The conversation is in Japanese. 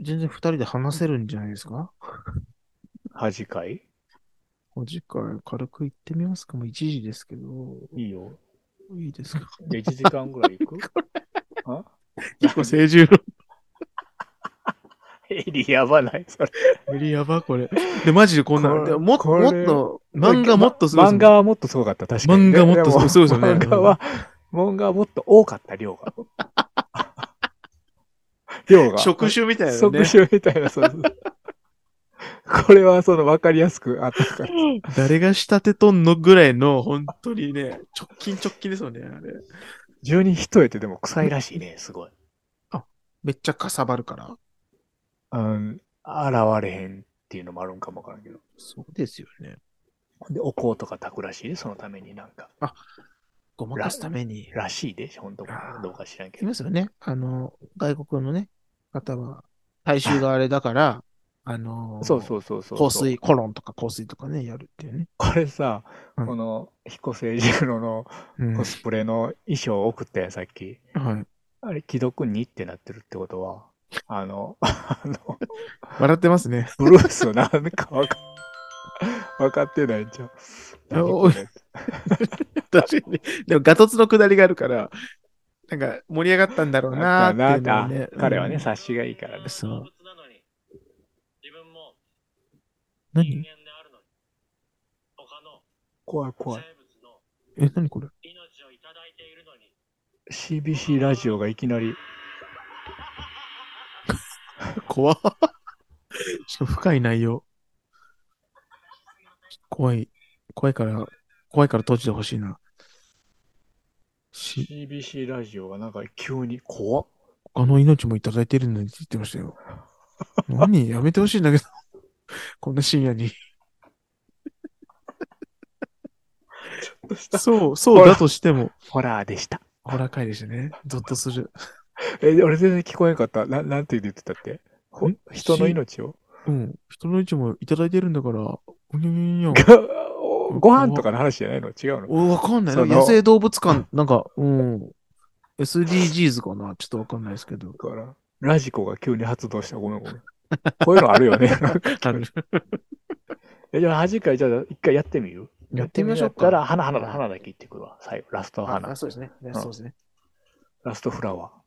全然二人で話せるんじゃないですか恥かいお次回軽く行ってみますかもう1時ですけど。いいよ。いいですかで、1時間ぐらい行くあ 結構清十郎。エリやばない、それ。無理やば、これ。で、マジでこんなこれでもっと、こもれっと、漫画もっとすごいですね漫画はもっとすごかった、確かに。漫画もっとすごいすごいですよねでも漫画は、漫画はもっと多かった、量が。量が。職種みたいなね。職種みたいな、そうそう。これは、その、わかりやすくあったから。誰が仕立てとんのぐらいの、本当にね、直近直近ですよね、あれ。十人一重ってでも臭いらしいね、すごい。めっちゃかさばるから。うん、現れへんっていうのもあるんかもわからんけど。そうですよね。で、お香とか炊くらしいね、そのためになんか。ごまかすために。らしいで、ほんとかどうか知らんけいどま。すよね。あの、外国のね、方は、大衆があれだから、あのーそうそうそうそう。香水、コロンとか香水とかね、やるっていうね。これさ、うんこの彦星十郎のうんコスプレの衣装を送ったやんさっき。はい。あれ、既読にってなってるってことは、あの、 あの、笑ってますね。ブルースなんかわか、 わかってないんちゃう。や何これ 確かに。でも、ガトツのくだりがあるから、なんか、盛り上がったんだろうなーなんっていかうのはなね。あ彼はね、うん察しがいいからね。そう。なのに自分も人間何であるのに他の怖い生物怖い。のえ、何これ命をいただいているのに CBC ラジオがいきなり、怖っ しかも深い内容。怖い。怖いから、怖いから閉じてほしいな。し、 CBC ラジオがなんか急に怖っ。他の命もいただいてるのにって言ってましたよ。何やめてほしいんだけど。こんな深夜に。ちょっとしたそう、そうだとしても。ホラーでした。ホラー回でしたね。ゾッとする。え、俺全然聞こえなかった。ななんて言ってたってほん人の命をうん。人の位置もいただいてるんだから、うにょにょにょにょ。ごご飯とかの話じゃないの違うのお、わかんないな。その野生動物館、なんか、うん。SDGs かなちょっとわかんないですけ ど。だから、ラジコが急に発動した。ごめんごめん。こういうのあるよね。なんかあるえじゃあ、恥かい、じゃあ、一回やってみるやってみましょうやってみるんだったか。ら、花、花、花だけ言ってくるわ。最後、ラストあ花あ、。そうですね。んそうですね。ラストフラワー。